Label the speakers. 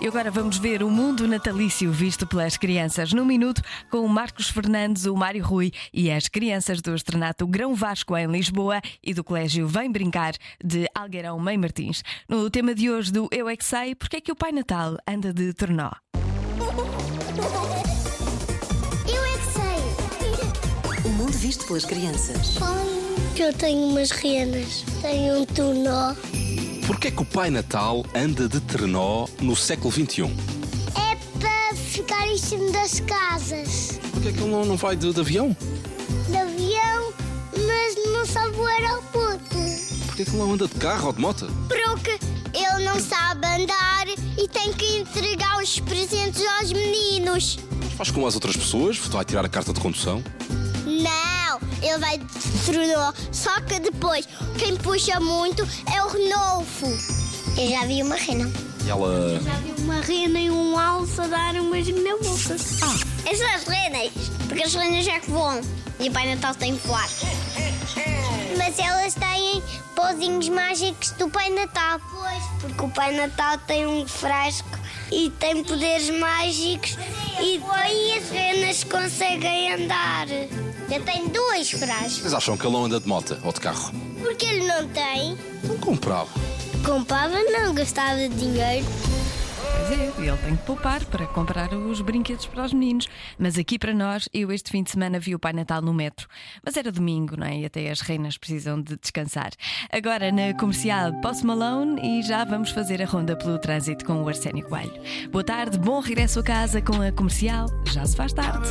Speaker 1: E agora vamos ver o mundo natalício visto pelas crianças num minuto com o Marcos Fernandes, o Mário Rui e as crianças do Estrenato Grão Vasco em Lisboa e do Colégio Vem Brincar de Algueirão Mãe Martins. No tema de hoje do Eu é que sei, porque é que o Pai Natal anda de tornó?
Speaker 2: Eu é que sei.
Speaker 3: O mundo visto pelas crianças.
Speaker 2: Que eu tenho umas renas, tenho um tunó.
Speaker 4: Porquê que o Pai Natal anda de trenó no século um? XXI?
Speaker 2: É para ficar em cima das casas,
Speaker 4: Porquê que ele não, não vai de, de avião?
Speaker 2: de avião, mas não sabe o aeroporto.
Speaker 4: Porquê que ele não anda de carro ou de moto?
Speaker 2: Porque ele não sabe andar e tem que entregar os presentes aos meninos.
Speaker 4: Faz como as outras pessoas, vai tirar a carta de condução.
Speaker 2: Não, ele vai de trenó. Só que depois, quem puxa muito é o Renolfo. Eu já vi uma rena.
Speaker 4: E ela.
Speaker 2: Uma rena e um alce a dar um beijinho na boca. Ah, essas são as renas, porque as renas já que voam. E o Pai Natal tem que voar. Mas elas têm pauzinhos mágicos do Pai Natal. Pois, porque o Pai Natal tem um frasco e tem poderes mágicos e daí as renas conseguem andar. Eu tenho dois frascos.
Speaker 4: Vocês acham que ele não anda de moto ou de carro?
Speaker 2: Porque ele não tem.
Speaker 4: Não comprava.
Speaker 2: Comprava, não gastava de dinheiro.
Speaker 1: Pois é, ele tem que poupar para comprar os brinquedos para os meninos. Mas aqui para nós, eu este fim de semana vi o Pai Natal no metro. Mas era domingo, não é? E até as reinas precisam de descansar. Agora na comercial Post Malone e já vamos fazer a ronda pelo trânsito com o Arsénio Coelho. Boa tarde, bom regresso a casa com a comercial. Já se faz tarde.